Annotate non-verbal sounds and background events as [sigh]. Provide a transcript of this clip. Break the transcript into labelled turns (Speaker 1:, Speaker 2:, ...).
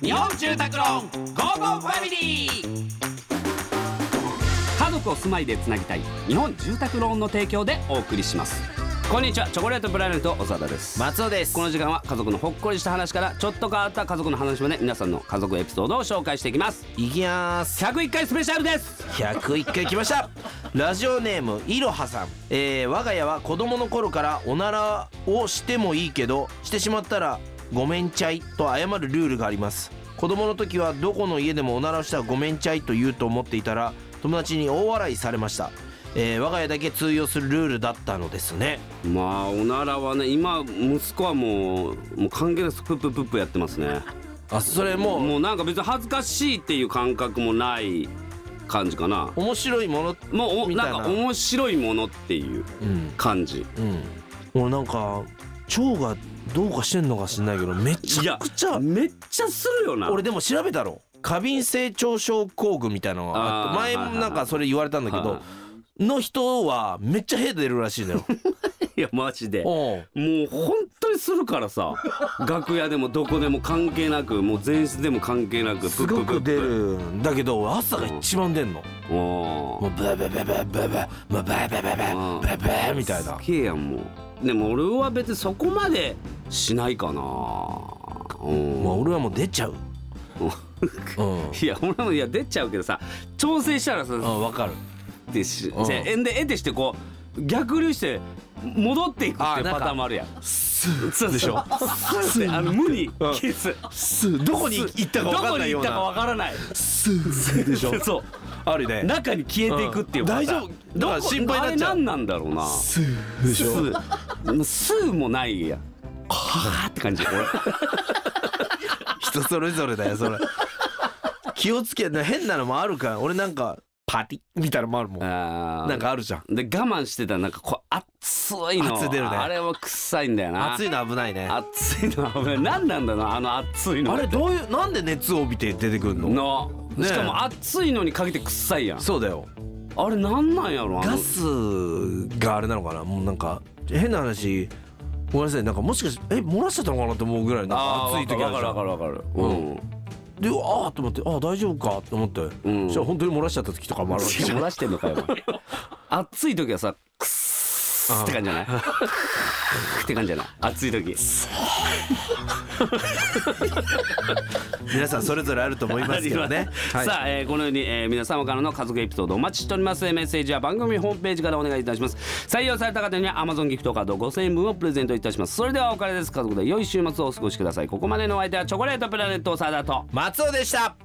Speaker 1: 日本住宅ローンゴーゴーファミリー家族を住まいでつなぎたい日本住宅ローンの提供でお送りしますこんにちはチョコレートプラネット小沢です
Speaker 2: 松尾です
Speaker 1: この時間は家族のほっこりした話からちょっと変わった家族の話まで皆さんの家族エピソードを紹介していきます
Speaker 2: いきます
Speaker 1: 101回スペシャルです
Speaker 2: 101回来ましたラジオネームいろはさん、えー、我が家は子供の頃からおならをしてもいいけどしてしまったらごめんちゃいと謝るルールがあります子供の時はどこの家でもおならをしたらごめんちゃいと言うと思っていたら友達に大笑いされました、えー、我が家だけ通用するルールだったのですね
Speaker 1: まあおならはね今息子はもうもう関係なくプッププップやってますね
Speaker 2: あそれ
Speaker 1: もう
Speaker 2: もう
Speaker 1: なんか別に恥ずかしいっていう感覚もない感じかな
Speaker 2: 面白いもの
Speaker 1: もうお
Speaker 2: みた
Speaker 1: ないん
Speaker 2: な
Speaker 1: か面白いものっていう
Speaker 2: うん
Speaker 1: 感じ
Speaker 2: うん俺なんか腸がどうかしてんのか知んないけどめちゃくちゃ
Speaker 1: めっちゃするよな
Speaker 2: 俺でも調べたろ過敏性腸症候群みたいなのがあって
Speaker 1: あー
Speaker 2: 前もなんかそれ言われたんだけ
Speaker 1: はいは
Speaker 2: どの人はめっちゃ屁出るらしいのよ。
Speaker 1: いやマジでも
Speaker 2: おう
Speaker 1: う本当にするからさ楽屋でもどこでも関係なくもう前室でも関係なく
Speaker 2: すごく出るんだけど朝が一番出んの。
Speaker 1: おお
Speaker 2: もうブーブーブーブーブーブーブーブーブーブーブーブーブーみたいな
Speaker 1: す。げえやんもうでも俺は別にそこまでしないかなうん
Speaker 2: まあ俺はもう出ちゃう。うん。
Speaker 1: いや俺もいや出ちゃうけどさ調整したらさ
Speaker 2: うんわかる。
Speaker 1: ってし、
Speaker 2: うん
Speaker 1: せえんでえんでしてこう逆流して戻っていくっ
Speaker 2: あ
Speaker 1: ていう
Speaker 2: ーなんか
Speaker 1: パターンもあるやん。
Speaker 2: スーでしょ。
Speaker 1: スッあの無に
Speaker 2: うん
Speaker 1: キス。
Speaker 2: スーどこに行ったかわかんないよ
Speaker 1: どこに行っ
Speaker 2: う
Speaker 1: たか
Speaker 2: な。
Speaker 1: わからない。。
Speaker 2: スーでしょ
Speaker 1: そう。
Speaker 2: あるね。
Speaker 1: 中に消えていくっていう
Speaker 2: うん
Speaker 1: パターン。
Speaker 2: 大丈夫
Speaker 1: ど
Speaker 2: だか
Speaker 1: こ
Speaker 2: ら心配になっちゃう
Speaker 1: あれ何なんだろうな。
Speaker 2: スーでしょ。
Speaker 1: ススもないやん。はーって感じ。俺
Speaker 2: 人それぞれだよそれ気をつけな変なのもあるから俺なんかパティみたいなのもあるもん
Speaker 1: あー
Speaker 2: なんかあるじゃん
Speaker 1: で我慢してたらなんかこう熱いの。
Speaker 2: 熱出るね
Speaker 1: あれは臭いんだよな。
Speaker 2: 熱いの危ないねあ
Speaker 1: 熱いの。俺何なんだろうなあの熱いの。
Speaker 2: れどういうなんで熱を帯びて出てくるの
Speaker 1: の、
Speaker 2: ねえ
Speaker 1: しかも暑いのにかけて臭いやん
Speaker 2: そうだよ
Speaker 1: あれなんなんやろあの
Speaker 2: ガスがあれなのかなもうなんか変な話ごめんなさいなんかもしかしてえ漏らしちゃったのかなと思うぐらいなん
Speaker 1: あ
Speaker 2: か
Speaker 1: ー
Speaker 2: 暑い時あるじゃ
Speaker 1: わか
Speaker 2: ん
Speaker 1: るわかるわかるうん、
Speaker 2: でああと思ってああ大丈夫かと思って、
Speaker 1: うん
Speaker 2: そしたら本当に漏らしちゃった時とかもあるわけじゃん
Speaker 1: 漏らしてんのかよお前暑い時はさクスって感じじゃな
Speaker 2: [laughs]
Speaker 1: いって感じじゃない暑い時
Speaker 2: [laughs] 皆さんそれぞれ [laughs] あると思いますけどねはい
Speaker 1: さあ、えーこのように、えー皆様からの家族エピソードお待ちしておりますメッセージは番組ホームページからお願いいたします採用された方には Amazon ギフトカード5000円分をプレゼントいたしますそれではお別れです家族で良い週末をお過ごしくださいここまでのお相手はチョコレートプラネットサーダと
Speaker 2: 松尾でした